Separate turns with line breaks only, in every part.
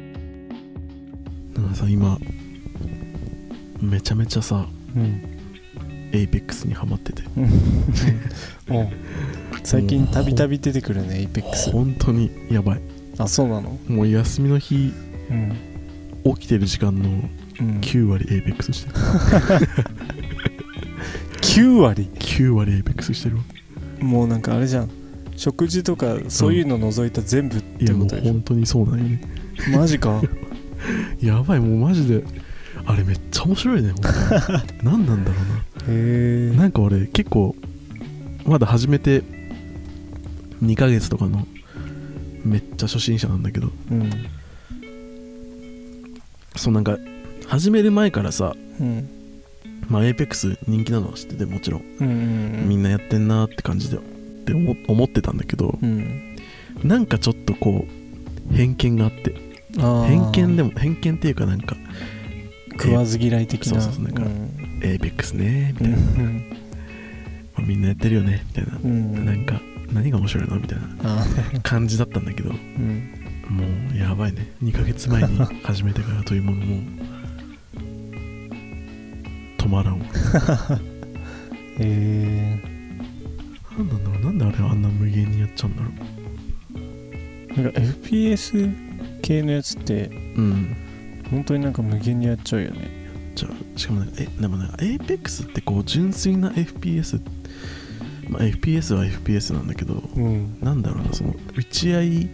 奈々さん今めちゃめちゃさ
うん、
エイペックスにハマってて
もう最近たびたび出てくるねエイペックス
本当にやばい
あそうなの
もう休みの日
うん、
起きてる時間の
うん、
9割エイペックスしてる
9割
9割エイペックスしてるわ
もうなんかあれじゃん食事とかそういうの除いた全部っ
い
て
や
こ
もう
とでしょ
本当にそうなんよね
マジか
やばいもうマジであれめっちゃ面白 いね本当に何なんだろ
へえ
うななんか俺結構まだ始めて2ヶ月とかのめっちゃ初心者なんだけど
うん
そうなんか始める前からさ
うん
まあエイペックス人気なのは知っててもちろん
うん
みんなやってんなーって感じでって思思ってたんだけど
うん
なんかちょっとこう偏見があって
あ
偏見で
も
も偏見っていうかなんか
食わず嫌い的な
そうそうそうなんか
ん
エイペックスねみたいな、まあみんなやってるよねみたいな
う、ん
なんか何が面白いのみたいな
あ
感じだったんだけど
ーうん
もうやばいね2ヶ月 前に始めてからというものも止まらんわ
へ
何なんだろうなんであれあんな無限にやっちゃうんだろ
えなんか FPS 系のやつって
ううん
本当になんか無限にやっちゃうよね
じゃあしかもなんかえでもなんか APEX ってこう純粋な FPS まあ FPS は FPS なんだけど
うん
なんだろうなその打ち合い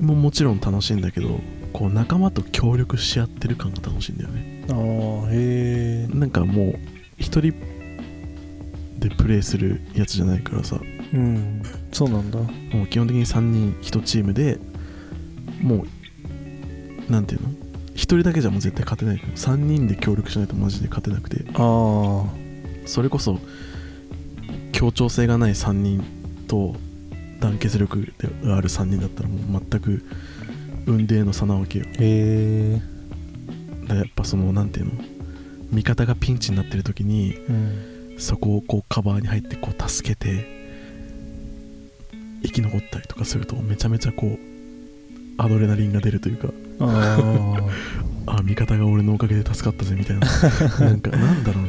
ももちろん楽しいんだけどこう仲間と協力し合ってる感が楽しいんだよね
ああへえ
なんかもう一人でプレイするやつじゃないからさも
うんそうなんだ
う基本的に3人1チームでもうなんていうの一人だけじゃもう絶対勝てない3人で協力しないとマジで勝てなくて
ああ
それこそ協調性がない3人と団結力がある3人だったらもう全く運命の差なわけよ
へえ
だからやっぱそのなんていうの味方がピンチになってる時に
うん
そこをこうカバーに入ってこう助けて生き残ったりとかするとめちゃめちゃこうアドレナリンが出るというか
あ
あ味方が俺のおかげで助かったぜみたいな なんかなんだろう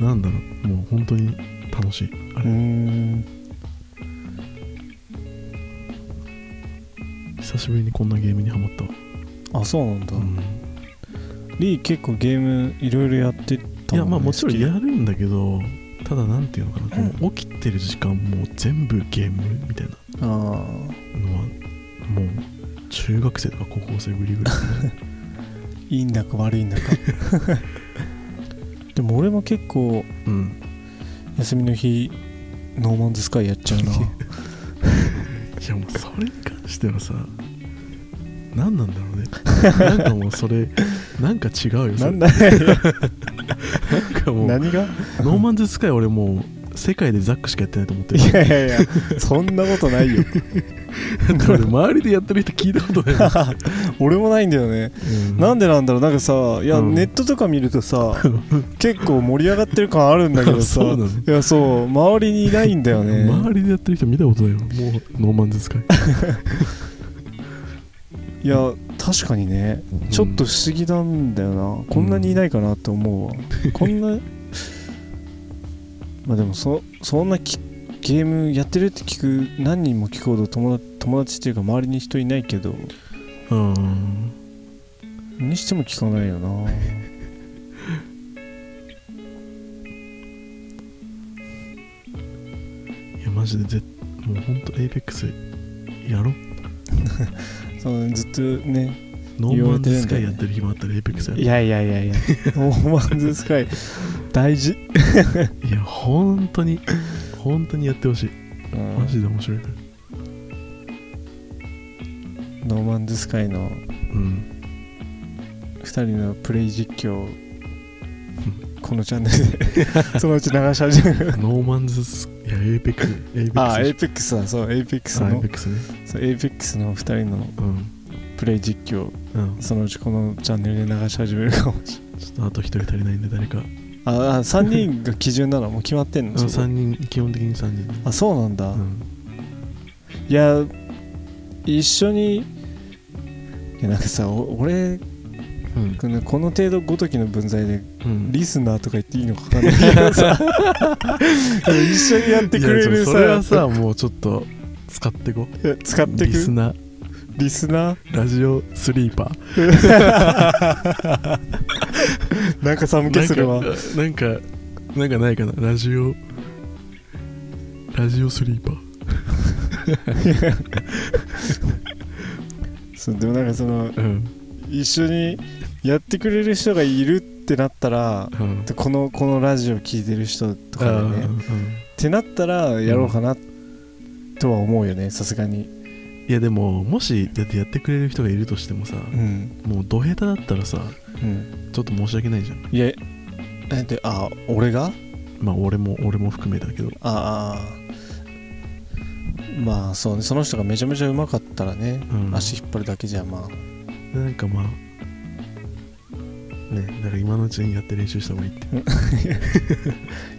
ななんだろうもう本当に楽しいあ
あ
れ
うん
久しぶりにこんなゲームにハマったわ、
あそうなんだ、
うん
リー結構ゲームいろいろやってたもん、ね、
いやまあもちろんや
好
るんだけどただなんていうのかなこの起きてる時間も全部ゲームみたいな
きああ
のはもう中学生とか高校生ぶりぐらい
いいんだか悪 いんだかでも俺も結構
うん
休みの日ノーマンズスカイやっちゃうな
いやもうそれに関してはさ何なんだろうねなんかもうそ れなんか違うよそれ
なんだ
なんかもうノ
何が
ーマンズスカイ俺もう世界でザックしかやってないと思って
い
る
やいやいやそんなことない
だ
よ
って俺周りでやってる人聞いたこと ないも
俺もないんだよね
ん、
なんでなんだろうなんかさいや、
うん
ネットとか見ると さ結構盛り上がってる感あるんだけどさ
そうなの
いや そう周りにいないんだよ ね、
周りでやってる人見たことないよもうノーマンズスカイ
いや確かにね ちょっと不思議なんだよな、こんなにいないかなって思うわ、こんなまあでもそそんなきゲームやってるって聞く何人も聞くほど友達友達っていうか周りに人いないけど
うんうん
にしても聞かないよ な
いやマジでぜもうほんとエイペックスやろう
そのずっとね
ノーマンズスカイやってる暇あったらエイペックスやろう
いやいやい やいやノーマンズスカイ大事
いや本当に本当にやってほしいマジで面白いから
ノーマンズスカイの
うん
2人のプレイ実況をこのチャンネル でそのうち流し始める
ノーマンズスいやエイペックスエイペ
ああエイ
ック
ペックスだそうエイペックス
スあエイ
の
ペックスね
そうエイペックスの2人の
うん
プレイ実況
うん
そのうちこのチャンネルで流し始めるかもしれない
ちょっとあと一人足りないんで誰か
ああ3人が基準なのもう決まってんの そこ
3人基本的に3人
あそうなんだ、
うん
いや一緒にいやなんかさお俺
うん
このこの程度ごときの分際で
うん
リスナーとか言っていいのか分かんないけどさいや一緒にやってくれ
いや
る
そ
さ
それはさもうちょっと使ってこ
いや使ってく
リスナー
リスナー
ラジオスリーパー
なんか寒気するわ
なんかなんかなんかないかなラジオラジオスリーパー
そうでもなんかその
うん
一緒にやってくれる人がいるってなったら
うん
でこのこのラジオ聞いてる人と
あ
か
ー
でね
う
ってなったらやろうかなとは思うよねさすがに
んいやでももしだってやってくれる人がいるとしてもさ
うん
もうド下手だったらさ
うん
ちょっと申し訳ないじゃん
いやえであ俺が
まあ俺も俺も含めだけど
ああまあそうねその人がめちゃめちゃうまかったらね、
うん
足引っ張るだけじゃまあ
なんかまあねだから今のうちにやって練習した方がいいって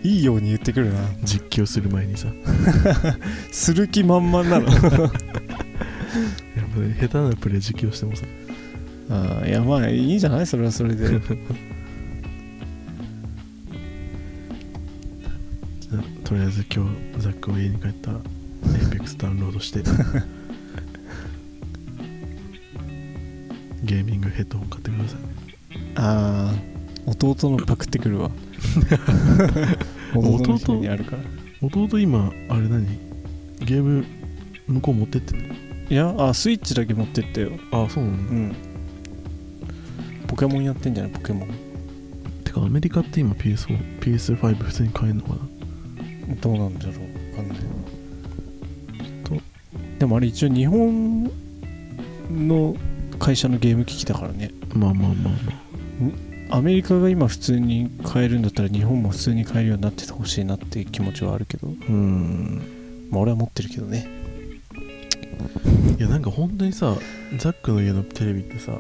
いいように言ってくるな
実況する前にさ
する気満々 なの
やっぱね下手なプレー実況してもさ
ああいやまあいいんじゃないそれはそれ で
じゃあとりあえず今日ザックを家に帰ったらエイペックスダウンロードして ゲーミングヘッドホン買ってください
ああ弟のパクってくるわ 弟の人にあるから
弟今あれ何ゲーム向こう持ってってね
いやあスイッチだけ持ってったよ
あそうなの、
うんポケモンやってんじゃないポケモン
てかアメリカって今 PS4 PS5 普通に買えるのかな
どうなんだろうわかんない
ちょっ
でもあれ一応日本の会社のゲーム機器だからね
まあまあまあ
アメリカが今普通に買えるんだったら日本も普通に買えるようになっててほしいなっていう気持ちはあるけど
まあうん
まあ俺は持ってるけどね
いやなんか本当にさザックの家のテレビってさ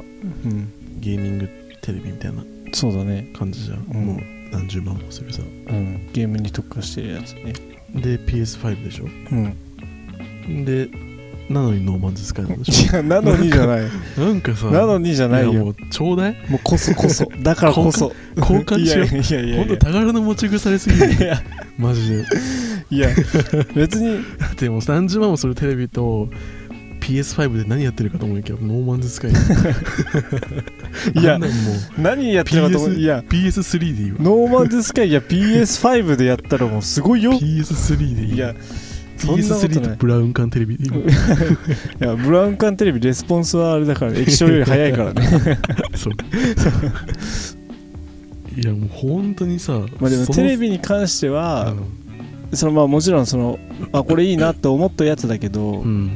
うん
ゲーミングテレビみたいな
そうだね
感じじゃん、
うん
もう何十万もするさ
うんゲームに特化してるやつね
で PS5 でしょ
うん
でなのにノーマンズスカイなんでし
いやなのにじゃない
ょなんかさ
なのにじゃないよ
や
も
もうちょうだいう
こそこそだからこそ
交換しよう
いやいや
ほん
いや
と
い
宝の持ち腐れすぎる
やいや
マジで
いや別に
だってもう30万もするテレビと PS5 で何やってるかと思うけどノーマンズスカイ
いや
あんなんもう
何やってるかと思う
PS
いや
PS3 でいいわ
ノーマンズスカイや PS5 でやったらもうすごいよ
PS3 でいい
いやそんなこと
PS3
な
と
い
ブラウン管テレビでいいわ
いやブラウン管テレビレスポンスはあれだから液晶より早いからね
そういやもう本当にさ
まあでも
その
テレビに関しては
う
そのまあもちろんそのあこれいいなと思ったやつだけど、
ん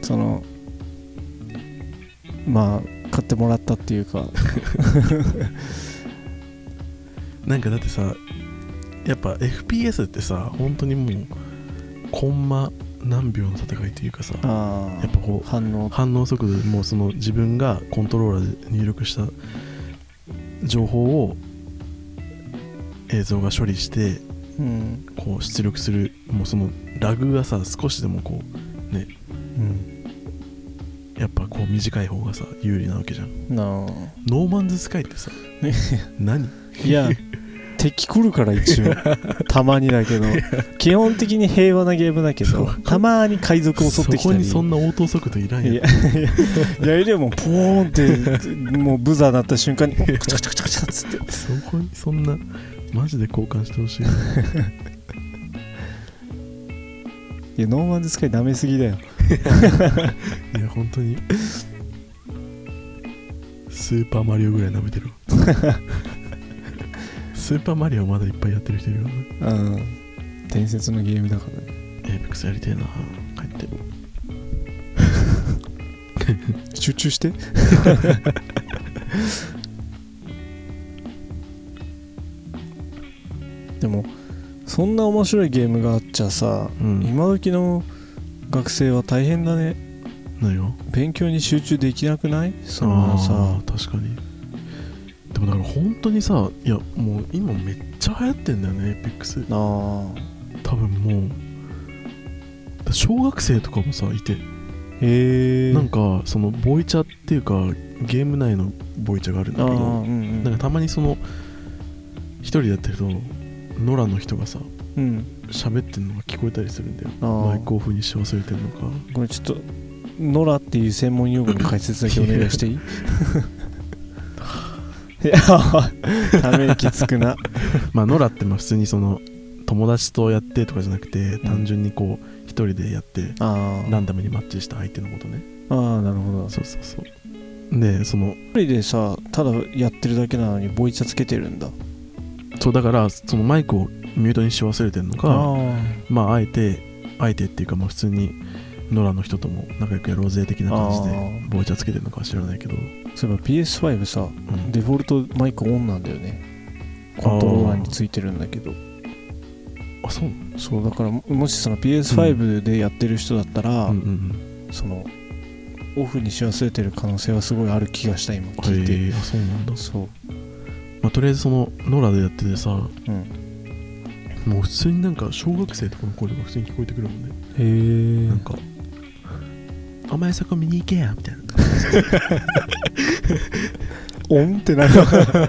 そのまあ買ってもらったっていう か
なんかだってさやっぱ FPS ってさ本当にもうコンマ何秒の戦いというかさや
あ
っぱこう
あ反応
反応速度でもうその自分がコントローラーで入力した情報を映像が処理して
うん、
こう出力するもうそのラグがさ少しでもこ
うん、
うやっぱこう短い方がさ有利なわけじゃん
な
ノーマンズスカイってさ
ね
何
あいや敵来るから一 応たまにだけど基本的に平和なゲームだけど
そう
たまに海賊襲
そ
ってきたり
こにそんな応答速度いらんやん
いやいややりゃもうポーンってもうブザーなった瞬間にカチャカチャカチャカチャっつって
そこにそんなマジで交換してほしい
いやノーマンズスカイ舐めすぎだよ
いや本当にスーパーマリオぐらい舐めて るわスーパーマリオまだいっぱいやってる人いるよね
うん伝説のゲームだからね
エイペックスやりてえな帰って
集 中してでもそんな面白いゲームがあっちゃさ、
うん
今時の学生は大変だね
何が
勉強に集中できなくないそんな
あ
さ
ー確かにでもだから本当にさいやもう今めっちゃ流行ってんだよねエイペックス
なあ
多分もう小学生とかもさいて
へえ
なんかそのボイチャっていうかゲーム内のボイチャがあるん
あ
だ
あ
け
う
ど
んうん
なんかたまにその一人でやってると野良の人がさ
うん
喋ってんのが聞こえたりするんだよ
あー
マイクオフにして忘れてんのか
ごめんちょっとノラっていう専門用語の解説だけお願いしてい いいやため息つくな
まあ野良ってまあ普通にその友達とやってとかじゃなくて単純にこう一人でやって
あー
ランダムにマッチした相手のことね
あーなるほど
そうそうそうでその
一人でさただやってるだけなのにボイチャつけてるんだ
そうだからそのマイクをミュートにし忘れてんのか
あ
まああえてあえてっていうかまあ普通に野良の人とも仲良くやろうぜ的な感じ
あ
で
ー
ボイチャつけてるのかは知らないけど、
そういえば PS5 さ
うん
デフォルトマイクオンなんだよねコントローラーについてるんだけど
あそうなの
そうだからももしその PS5 でやってる人だったら、
うんうんうん
そのオフにし忘れてる可能性はすごいある気がした今聞いて、
へえあそうなんだ、
そう
まあ、とりあえずその野良でやっててさも
うん
う普通になんか小学生とかの声とか普通に聞こえてくるもんね
へ
なんか「お前そこ右行けや」みたいな
オンってなる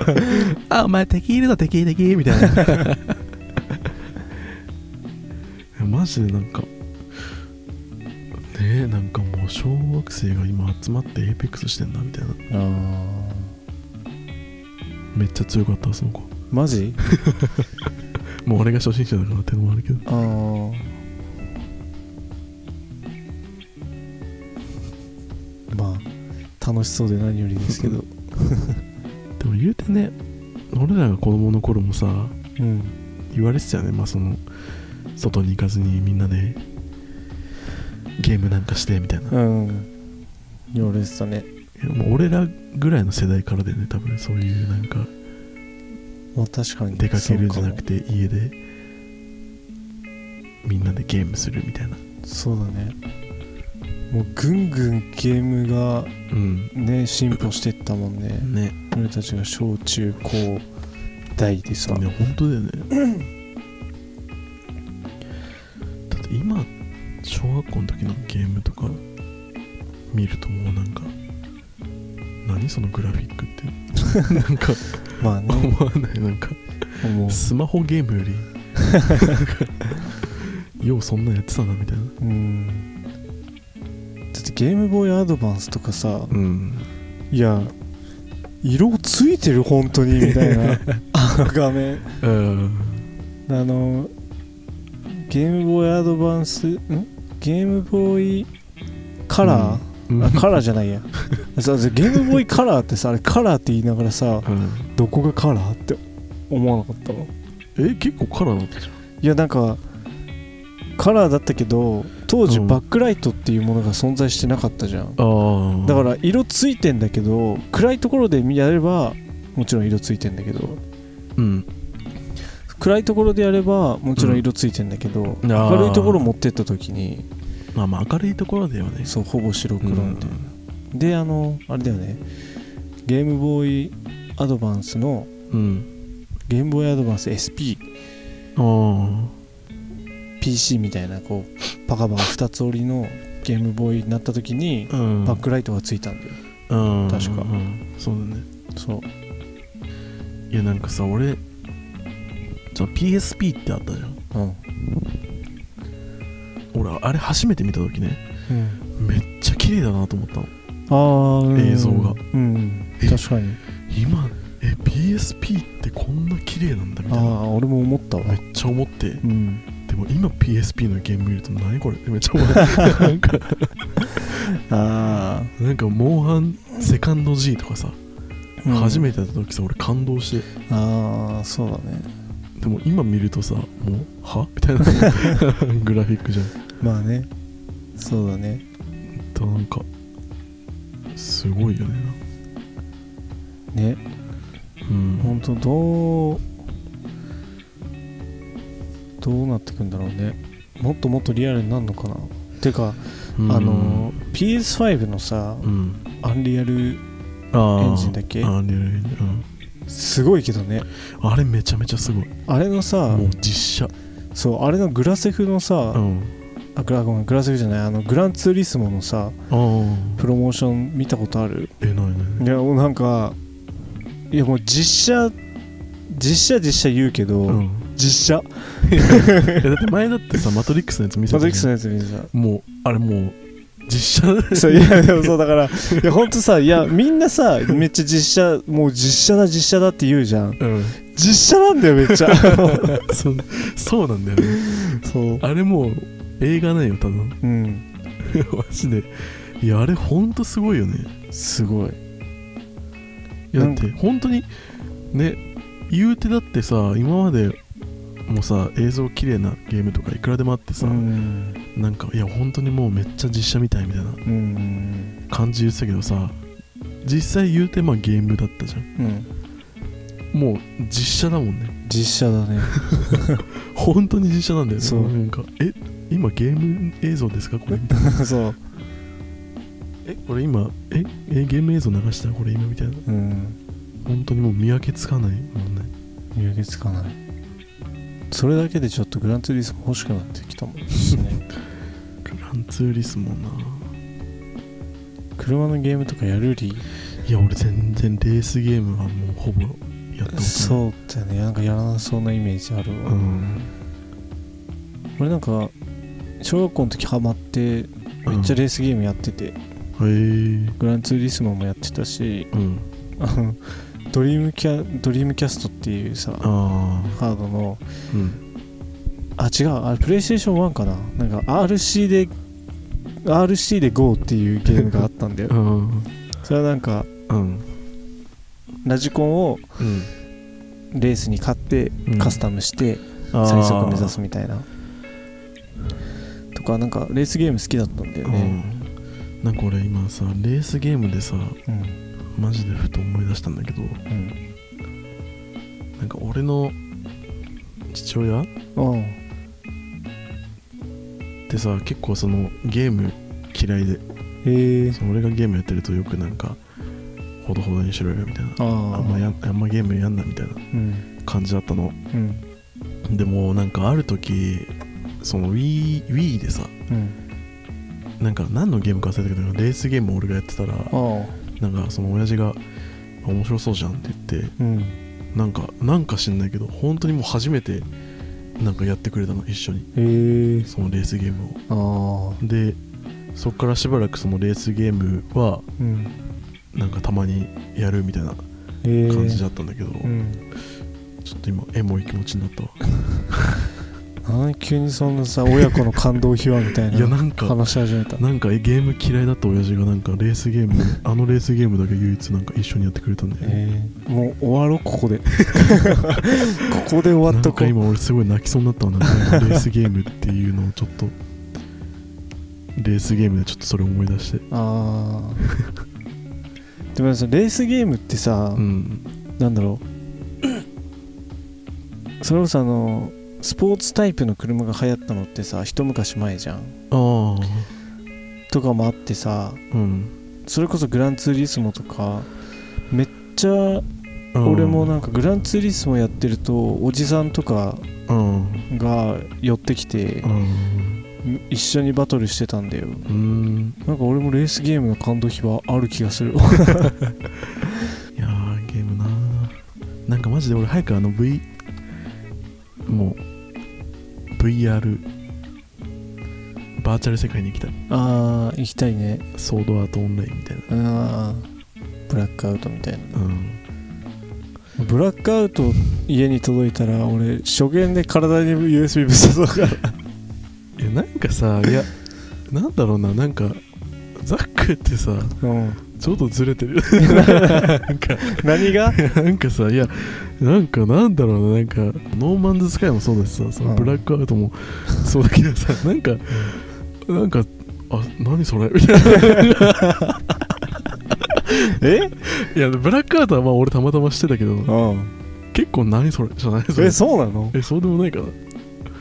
「あお前敵いるぞ敵敵」みたいないや マジでなんかねえなんかもう小学生が今集まってエイペックスしてんなみたいな
あー
めっちゃ強かったその子
マジ
もう俺が初心者だからってのもあるけど
あーまあ楽しそうで何よりですけど
でも言うてね俺らが子供の頃もさ
うん
言われてたよねまあその外に行かずにみんなでゲームなんかしてみたいな、
うん言われてたね
いやもう俺らぐらいの世代からでね多分そういうなんか
まあ確かに
出かけるんじゃなく
て
て家でみんなでゲームするみたいな
そうだねもうぐんぐんゲームが
うん
ね進歩してったもんね
ね
俺たちが小中高大でさ
いや本当だよねだって今小学校の時のゲームとか見るともうなんか何そのグラフィックって なんか
まあね
思わないなんか
もう
スマホゲー ムよりようそんなんやってたなみたいな
うんだってゲームボーイアドバンスとかさ
うん
いや色ついてる本当にみた いなあの画面
うん
あのゲームボーイアドバンスんゲームボーイカラー、あカラーじゃないやそうそうゲームボーイカラーってさあれカラーって言いながらさ
うん
どこがカラーって思わなかったの
え結構カラーだったじゃん
いやなんかカラーだったけど当時
うん
バックライトっていうものが存在してなかったじゃん、
ああ
だから色ついてんだけど暗いところでやればもちろん色ついてんだけど
うん
暗いところでやればもちろん色ついてんだけど、
ー
明るいところ持ってった時に
まあまあ明るいところではね
そうほぼ白黒みたいな、
うん
であのあれだよねゲームボーイアドバンスの
うん
ゲームボーイアドバンス SPPC
ああ
みたいなこうパカパカ2つ折りのゲームボーイになった時に
うん
バックライトがついたんだよ
うん
確か
うんそうだね
そう
いやなんかさ俺その PSP ってあったじゃん
うん、
俺あれ初めて見た時ね
うん、
めっちゃ綺麗だなと思ったの
ああ、うん
映像が
うん確かに
今え PSP ってこんな綺麗なんだみ
あ
たいな
あ俺も思ったわ
めっちゃ思って
うん
でも今 PSP のゲーム見ると何これってめっちゃ思 うなんか
あ
なんかモンハンセカンド G とかさ、
あ
初
て
めてやった時さ俺感動して
ああそうだね
でも今見るとさもうはみた いなグラフィックじゃん
まあねそうだね
となんかすごいよね
ね
うん
本当どうどうなってくんだろうねもっともっとリアルになるのかなてか、
うん
あの PS5 のさ
うん
アンリアル
あー
エンジンだっけ
あーリアルエンジンうん
すごいけどね
あれめちゃめちゃすごい
あれのさ
もう実写
そうあれのグラセフのさ、
うん
あグラごめんグラセフじゃないあのグランツーリスモの
あ
さ
あ
プロモーション見たことある
えないない
い
ない
やもうなんかいやもう実写実写実写言うけど、
うん
実写
えだって前だって さ「マトリックス」のやつ見せ
マ
た
ト
じゃん
リックスのやつ見てさ
もうあれもう実写
そういやでもそうだ からいや本当さいやみんなさめっちゃ実写もう実写だ実写だって言うじゃん
うん
実写なんだよめっち ゃ
そうそうなんだよね
そう
あれもう映画ないよただの
うん
マジでいやあれほんとすごいよね
すごい
いやだっ
なんか
て本当にね言うてだってさ今までもさ映像綺麗なゲームとかいくらでもあってさ、
うん
なんかいや本当にもうめっちゃ実写みたいみたいな
うん
感じ言ってたけどさ実際言うてまあゲームだったじゃん
うん
もう実写だもんね
実写だね
本当に実写なんだよね
そう
なんかえ今ゲーム映像ですか これみたいな
そう
えこれ今ええゲーム映像流したこれ今みたいな
うん
本当にもう見分けつかないもんね
見分けつかないそれだけでちょっとグランツーリスモ欲しくなってきたも んですね
グランツーリスモな
車のゲームとかやるより
いや俺全然レースゲームはもうほぼやったことない
そうだよねなんかやらなそうなイメージあるわ、
うん
俺なんか小学校の時ハマってめっちゃレースゲームやってて、
うんへえ
グランツーリスモもやってたし
うん
あのドリームキャドリームキャストっていうさ
ああ
カードの
うん
あ違うあれプレイステーション1かななんか RC で RC で GO っていうゲームがあったんだよ
うん
それはなんか
うん
ラジコンを
うん
レースに買って
うん
カスタムして最速目指すみたいな、とかなんかレースゲーム好きだったんだよね、
うんなんか俺今さレースゲームでさ
うん
マジでふと思い出したんだけど
うん
なんか俺の父親っ
おう
てさ結構そのゲーム嫌いで
へえ
その俺がゲームやってるとよくなんかほどほどにしろよみたいな
あ
あ
あ
んまやあんまゲームやんなみたいな
うん
感じだったの
うん
でもなんかある時その Wii, Wii でさ
うん
なんか何のゲームか忘れたけどレースゲームを俺がやってたら
ああ
なんかその親父が「面白そうじゃん」って言って
うん
なんかなんか知んないけど本当にもう初めてなんかやってくれたの一緒に
へえ
そのレースゲームを
ああ
でそっからしばらくそのレースゲームは
うん
なんかたまにやるみたいな
へえ
感じだったんだけど、
うん
ちょっと今エモい気持ちになったわ
なんで急にそんなさ親子の感動秘話みたい
いや
な
なんか
話し始めた
なんかえゲーム嫌いだった親父がなんかレースゲームあのレースゲームだけ唯一なんか一緒にやってくれたんだよね
えー、もう終わろうこ こでここで終わ
な
っと
ん
こ
か
う
今俺すごい泣きそうになったわなんかレースゲームっていうのをちょっとレースゲームでちょっとそれ思い出して
ああでもさレースゲームってさ、
うん
なんだろうそれこそあのスポーツタイプの車が流行ったのってさ一昔前じゃん
ああ
とかもあってさ
うん
それこそグランツーリスモとかめっちゃ
うん
俺もなんかグランツーリスモやってるとおじさんとか
うん
が寄ってきて
うん
一緒にバトルしてたんだよ
うん
なんか俺もレースゲームの感動費はある気がする
いやーゲームなーなんかマジで俺早くあの V もう VR バーチャル世界に行きたい
ああ行きたいね
ソードアートオンラインみたいな
あーブラックアウトみたいな
うん
ブラックアウト家に届いたら俺初見で体に USB ぶさそうから
いやなんかさいやなんだろうななんかザックってさ
うん
ちょっとずれてる なんか
何が
なんかさいやなんかなんだろうななんかノーマンズスカイもそうだしさその
うん
ブラックアウトも そうだけどさなんかなんかあ何それみたいな
え
いやブラックアウトはまあ俺たまたましてたけど
うん
結構何それじゃないそれ
えそうなの
えそうでもないかな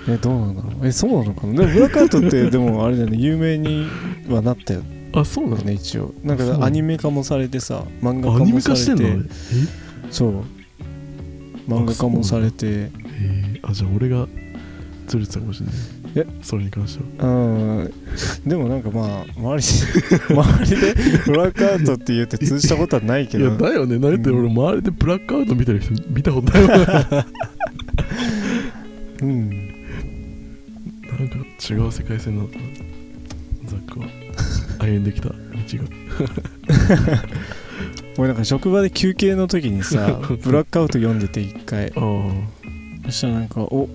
えどうなんだろうえそうなのかなでもブラックアウトってでもあれだよね有名にはなったよ
あそうなの
ね一応なん
そう
かアニメ化もされてさ漫画
ア
化
ニ
も
メ
さ
化して
れ
んの
て
あれ
そう漫画化もされて
ええーあじゃあ俺がずれてたかもしれない
え
それに関しては
うんでもなんかまあ周りで 周りでブラックアウトって言って通じたことはないけ
いや
ど
だよねだって
うん
俺周りでブラックアウト見てる人見たことない わなんか
うん
違う世界線なんだなザックは歩んできた道が
俺なんか職場で休憩の時 にさブラックアウト読んでて一回
ああ
そしたらなんか「お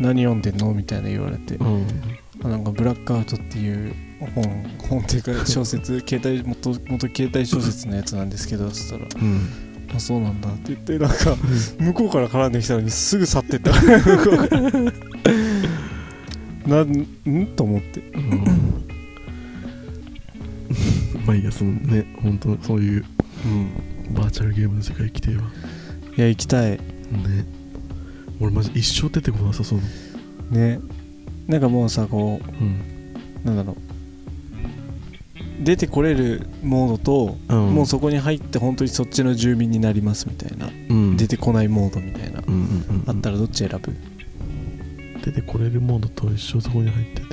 何読んでんの?」みたいな言われて
うん
あなんかブラックアウトっていう本本っていうか小説携帯元元携帯小説のやつなんですけどそしたら
うん
あそうなんだって言ってなんか向こうから絡んできたのにすぐ去ってった 向こうからなんんと思って
うんまあいいやそのね本当そういうバーチャルゲームの世界規定はい
や行きたい
ね俺マジ一生出てこなさそうな
ねなんかもうさこ
うん、
うなんだろう出てこれるモードと、
うん、
もうそこに入って本当にそっちの住民になりますみたいな、
うん
出てこないモードみたいな、
うんうんうん、
あったらどっち選ぶ
出てこれるモードと一生そこに入ってて、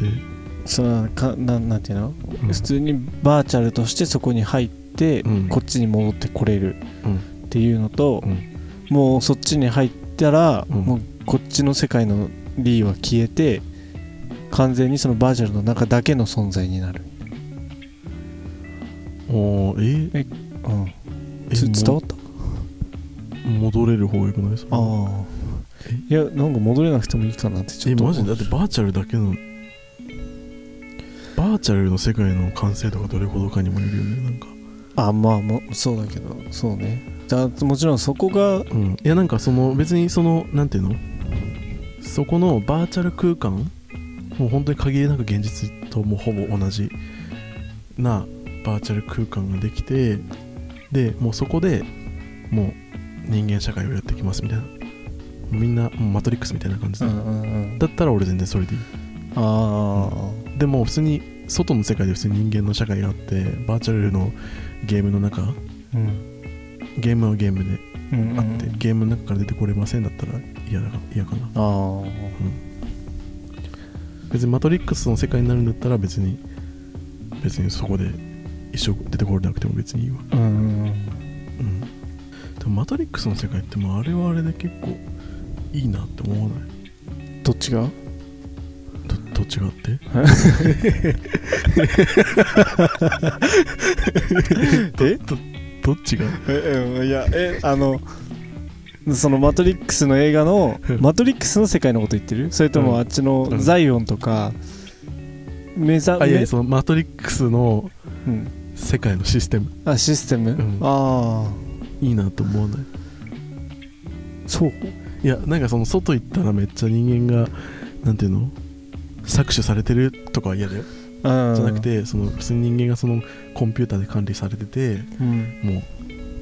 そのかなんなんていうの、
うん
普通にバーチャルとしてそこに入って、
うん
こっちに戻ってこれる
うん
っていうのと、
うん
もうそっちに入ったら、
うん
もうこっちの世界のリーは消えて完全にそのバーチャルの中だけの存在になる、
おーえ
うん、
え
つ伝
も
わった
戻れる方がよくないですか
ああ
え
いやなんか戻れなくてもいいかなってちょ
え
っと
マジでだってバーチャルだけのバーチャルの世界の完成度がどれほどかにもよるよねなんか
あまあまあそうだけどそうねだもちろんそこが
うんいやなんかその別にそのなんていうのそこのバーチャル空間もう本当に限りなく現実ともうほぼ同じなバーチャル空間ができてでもうそこでもう人間社会をやっていきますみたいなみんなもうマトリックスみたいな感じ
う
で、
んうんうん
だったら俺全然それでいい
ああ、
でも普通に外の世界で普通に人間の社会があってバーチャルのゲームの中
うん
ゲームはゲームで
うんうん
あって、ゲームの中から出てこれませんだったら嫌だか嫌かな
あ
別にマトリックスの世界になるんだったら別に別にそこで一生出てこれなくても別にいいわ
あう
う
ん
んでもマトリックスの世界ってもうあれはあれで結構いいなって思わない
どっちが
どどっちがあって
え
どどっちが
えいやえあのそのマトリックスの映画の
うん
マトリックスの世界のこと言ってるそれと
うん
もあっちの
うん
ザイオンとかメザ
あいやい
メ
やそのマトリックスの
うん
世界のシステム
あシステム、
ん
ああ
いいなと思わない
そう
いやなんかその外行ったらめっちゃ人間がなんていうの搾取されてるとかは嫌だよ
じゃ
じゃなく、てその普通に人間がそのコンピューターで管理されてて
うん、
も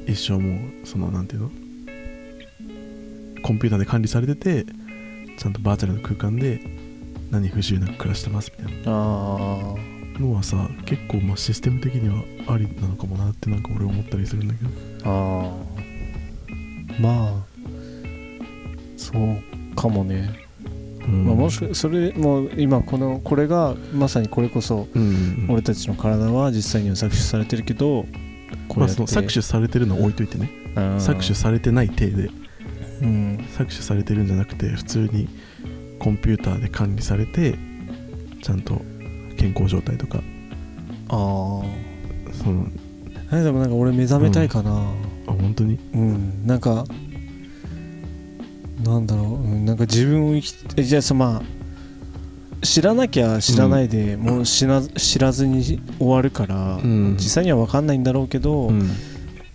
う一生もうそのなんていうのコンピューターで管理されててちゃんとバーチャルの空間で何不自由なく暮らしてますみたい
あ
なのはさ結構まあシステム的にはありなのかもなってなんか俺思ったりするんだけど
ああーまあそうかもね、
うん
まあ、もしかそれもう今このこれがまさにこれこそ
うんうんうん
俺たちの体は実際には搾取されてるけどこ
ま
れ
あその搾取されてるのは置いといてね搾取されてない体で
うん
搾取されてるんじゃなくて普通にコンピューターで管理されてちゃんと健康状態とか
あ
その
あでもなんか俺目覚めたいかな
あ本当に
うん、なんかなんだろう、うん、なんか自分を生きえじゃあさまあ知らなきゃ知らないで、もう知ら知らずに終わるから、
ん
実際には分かんないんだろうけど、
うん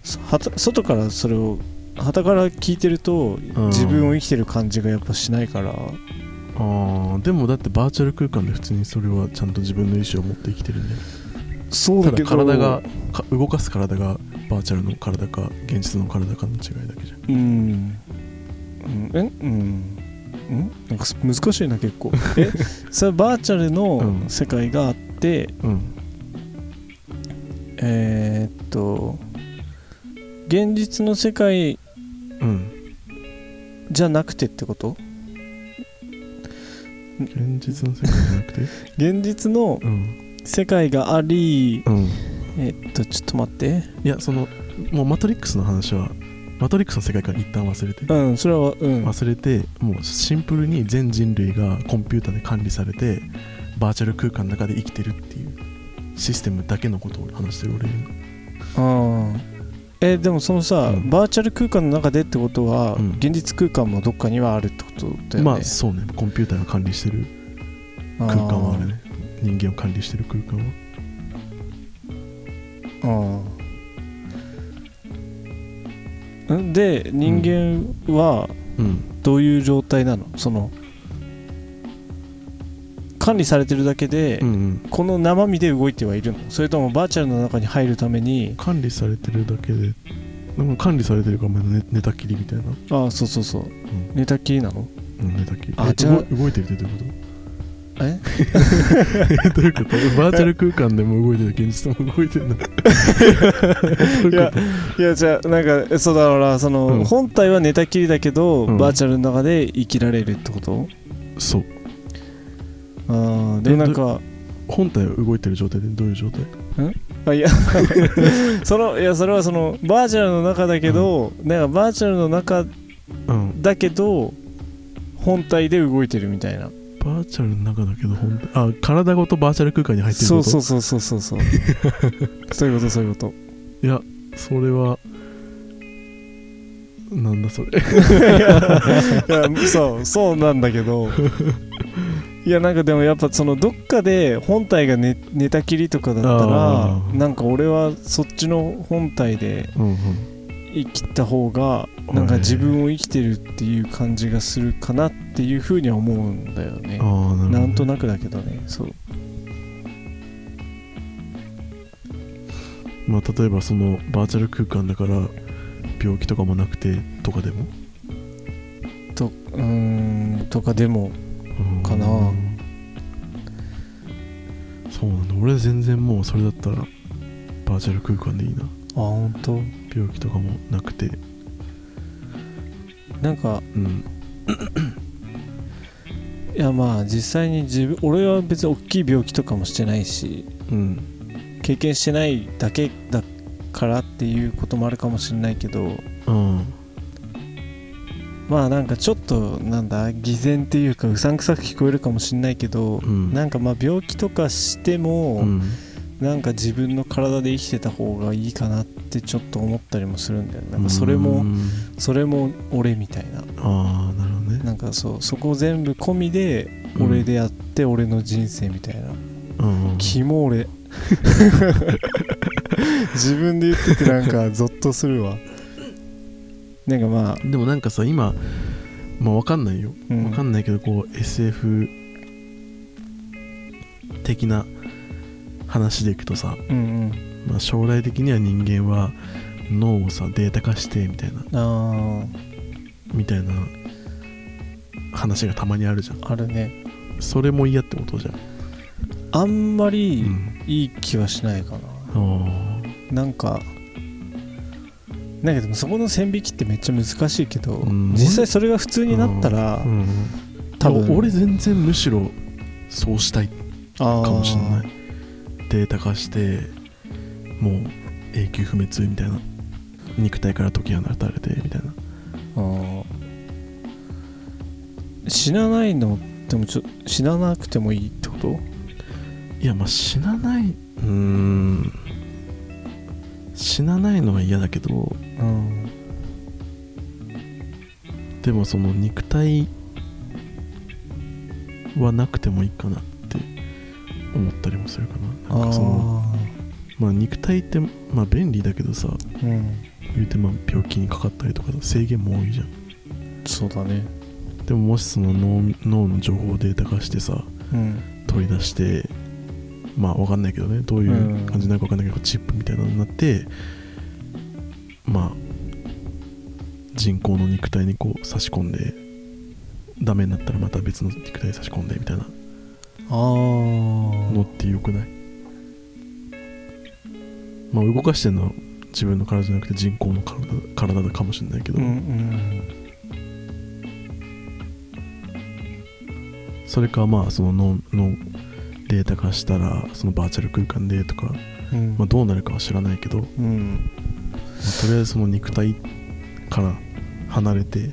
そはた外からそれを傍から聞いてると、
ん
自分を生きてる感じがやっぱしないから
あーでもだってバーチャル空間で普通にそれはちゃんと自分の意思を持って生きてるんで
そう
た
だ
だ
けど
体がか動かす体がババーチャルの体か現実の体かの違いだけじゃん
うんうんえうんんなんかす難しいな結構えそれバーチャルの
うん
世界があって、
うん
えーっと現実の世界
うん
じゃなくてってこと
現実の世界じゃなくて
現実の
うん
世界があり
うん
えーっとちょっと待って
いやそのもうマトリックスの話はマトリックスの世界から一旦忘れて
うんそれはうん
忘れてもうシンプルに全人類がコンピューターで管理されてバーチャル空間の中で生きてるっていうシステムだけのことを話してる俺今
うんえでもそのさ、
うん
バーチャル空間の中でってことは、
うん
現実空間もどっかにはあるってことだよね
まあそうねコンピューターが管理してる空間はあるね人間を管理してる空間は
あーんで人間は
うん
どういう状態なの、その管理されてるだけで、
うんうん
この生身で動いてはいるのそれともバーチャルの中に入るために
管理されてるだけででも管理されてるからまだ寝寝たきりみたいな、
ああそうそうそう
うん
寝たきりなの
うん、寝たきり
あ
え
じゃあ
動動いてるってどういうこと え
え
どういうことバーチャル空間でも動いてる現実でも動いて るのどういうこと
いやじゃあなんかそうだからその、
うん
本体は寝たきりだけど、
うん
バーチャルの中で生きられるってこと
そう
ああで
え
なんか
本体は動いてる状態でどういう状態
あいや そのいやそれはそのバーチャルの中だけど、なんかバーチャルの中
うん
だけど本体で動いてるみたいな
バーチャルの中だけど本体あ体ごとバーチャル空間に入ってる
そ
こ
う
と
そうそうそうそう そうそういうことそういうこと
それはなんだそれ
い やそうそうなんだけどいやなんかでもやっぱそのどっかで本体が寝寝たきりとかだったら
あー
なんか俺はそっちの本体で
うんうん
生きた方がなんか自分を生きてるっていう感じがするかなっていうふうには思うんだよね
ああなるほど
なんとなくだけどねそう
まあ例えばそのバーチャル空間だから病気とかもなくてとかでも
とうーんとかでも
うん
かな
そうなんだ俺全然もうそれだったらバーチャル空間でいいな
あ本当
病気とかもなくて
なんか
うん
いやまあ実際に自分俺は別に大きい病気とかもしてないし
うん
経験してないだけだからっていうこともあるかもしれないけど
うん
まあなんかちょっとなんだ偽善っていうかうさんくさく聞こえるかもしれないけど、
うん
なんかまあ病気とかしても、
うん
なんか自分の体で生きてた方がいいかなってちょっと思ったりもするんだよねなんかそれも、
うん
それも俺みたいな
ああなるほどね
なんかそうそこ全部込みで俺でやって俺の人生みたいな、
うんうん
キモ俺 自分で言っててなんかゾッとするわなんかまあ、
でもなんかさ今まあわかんないよ
うん
わかんないけどこう SF 的な話でいくとさ、
うん
まあ、将来的には人間は脳をさデータ化してみたいな
うんあ
みたいな話がたまにあるじゃん
ああるね
それも嫌ってことじゃん、
あんまり
うん
いい気はしないかな、
あ
なんかなんかでもそこの線引きってめっちゃ難しいけど、
うん
実際それが普通になったら、
ーうん
多分
俺全然むしろそうしたい
あー
かもしれないデータ化してもう永久不滅みたいな肉体から解き放たれてみたいな
あー死なないのでもちょ死ななくてもいいってこと
いやまあ死なないうーん死なないのは嫌だけど
うん
でもその肉体はなくてもいいかなって思ったりもするかななんかそのまあ肉体ってまあ便利だけどさ
あーうん
言うてまあ病気にかかったりとかさ制限も多いじゃん
そうだね
でももしその脳脳の情報をデータ化してさ
うん
取り出してまあわかんないけどねどういう感じになるかわかんないけど、チップみたいなのになってまあ人工の肉体にこう差し込んでダメになったらまた別の肉体に差し込んでみたいな
あ
の
ー
ってよくないまあ動かしてるのは自分の体じゃなくて人工の体体だかもしれないけど、
うんうん
それかまあその脳のデータ化したらそのバーチャル空間でとか、
うん
まあ、どうなるかは知らないけど、ま
うん
あとりあえずその肉体から離れて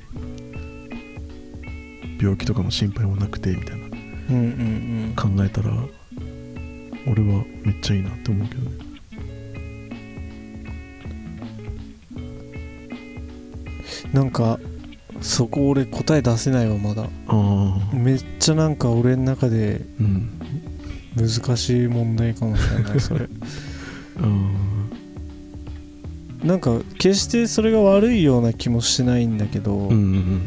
病気とかの心配もなくてみたいな
うんうん
考えたら俺はめっちゃいいなって思うけどね
うんなんかそこ俺答え出せないわまだ
ああ
めっちゃなんか俺の中で
うん
難しい問題かもしれないそ れ
あ
なんか決してそれが悪いような気もしないんだけ
ー
ど、
うんうん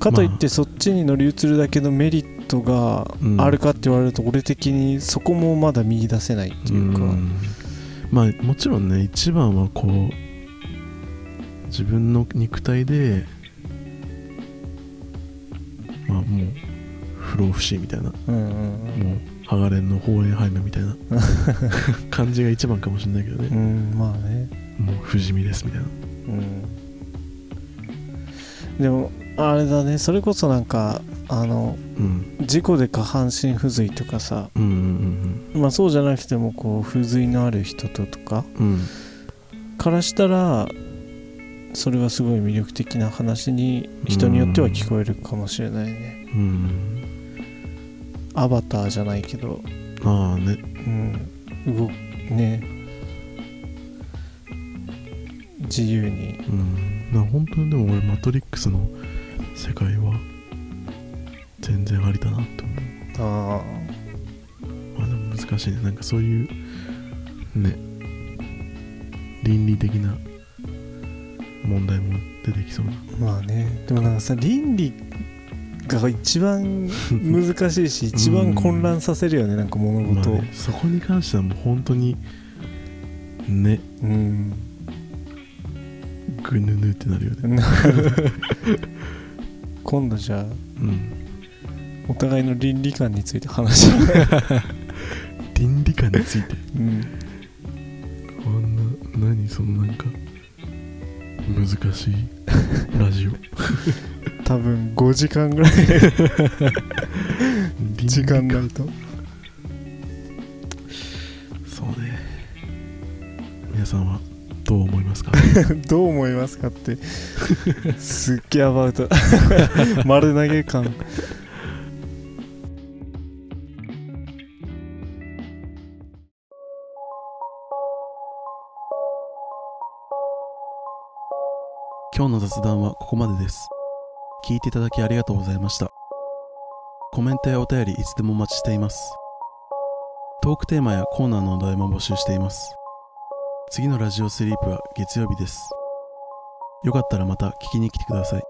かといっ
ま
てそっちに乗り移るだけのメリットが
うん
あるかって言われると俺的にそこもまだ見出せないっていうか
んまあもちろんね一番はこう自分の肉体でまあもう不老不死みたいなも
うんうん
うハガレンのホーエンハイムみたいな感じが一番かもしれないけど
う
ね、
ん、うん、まあね
もう不死身ですみたいな
うんでもあれだねそれこそなんかあの
うん
事故で下半身不随とかさ
うんうん
まあそうじゃなくてもこう不随のある人ととか
うんうんうん
からしたらそれはすごい魅力的な話に人によっては聞こえるかもしれないね
うん
アバターじゃないけど
ああね
うん動くね自由に
うんだから本当にでも俺「マトリックス」の世界は全然ありだなと思う
あ
まあでも難しいねなんかそういうね倫理的な問題も出てきそうな
あまあねでもなんかさ倫理が一番難し いし一番混乱させるよねなんか物
まあ
事を、
ねそこに関してはもう本当にね
うん
ぐぬぬってなるよね
な 今度じゃあ
うん
お互いの倫理観について話し 合
倫理観について
う、うん、
こんな何そのなんか難しいラジオ
多分5時間ぐらい 時間
が
ないと
そうね皆さんはどう思いますか
どう思いますかってすっげえアバウト 丸投げ感
今日の雑談はここまでです聞いていただきありがとうございましたコメントやお便りいつでもお待ちしていますトークテーマやコーナーのお題も募集しています次のラジオスリープは月曜日ですよかったらまた聞きに来てください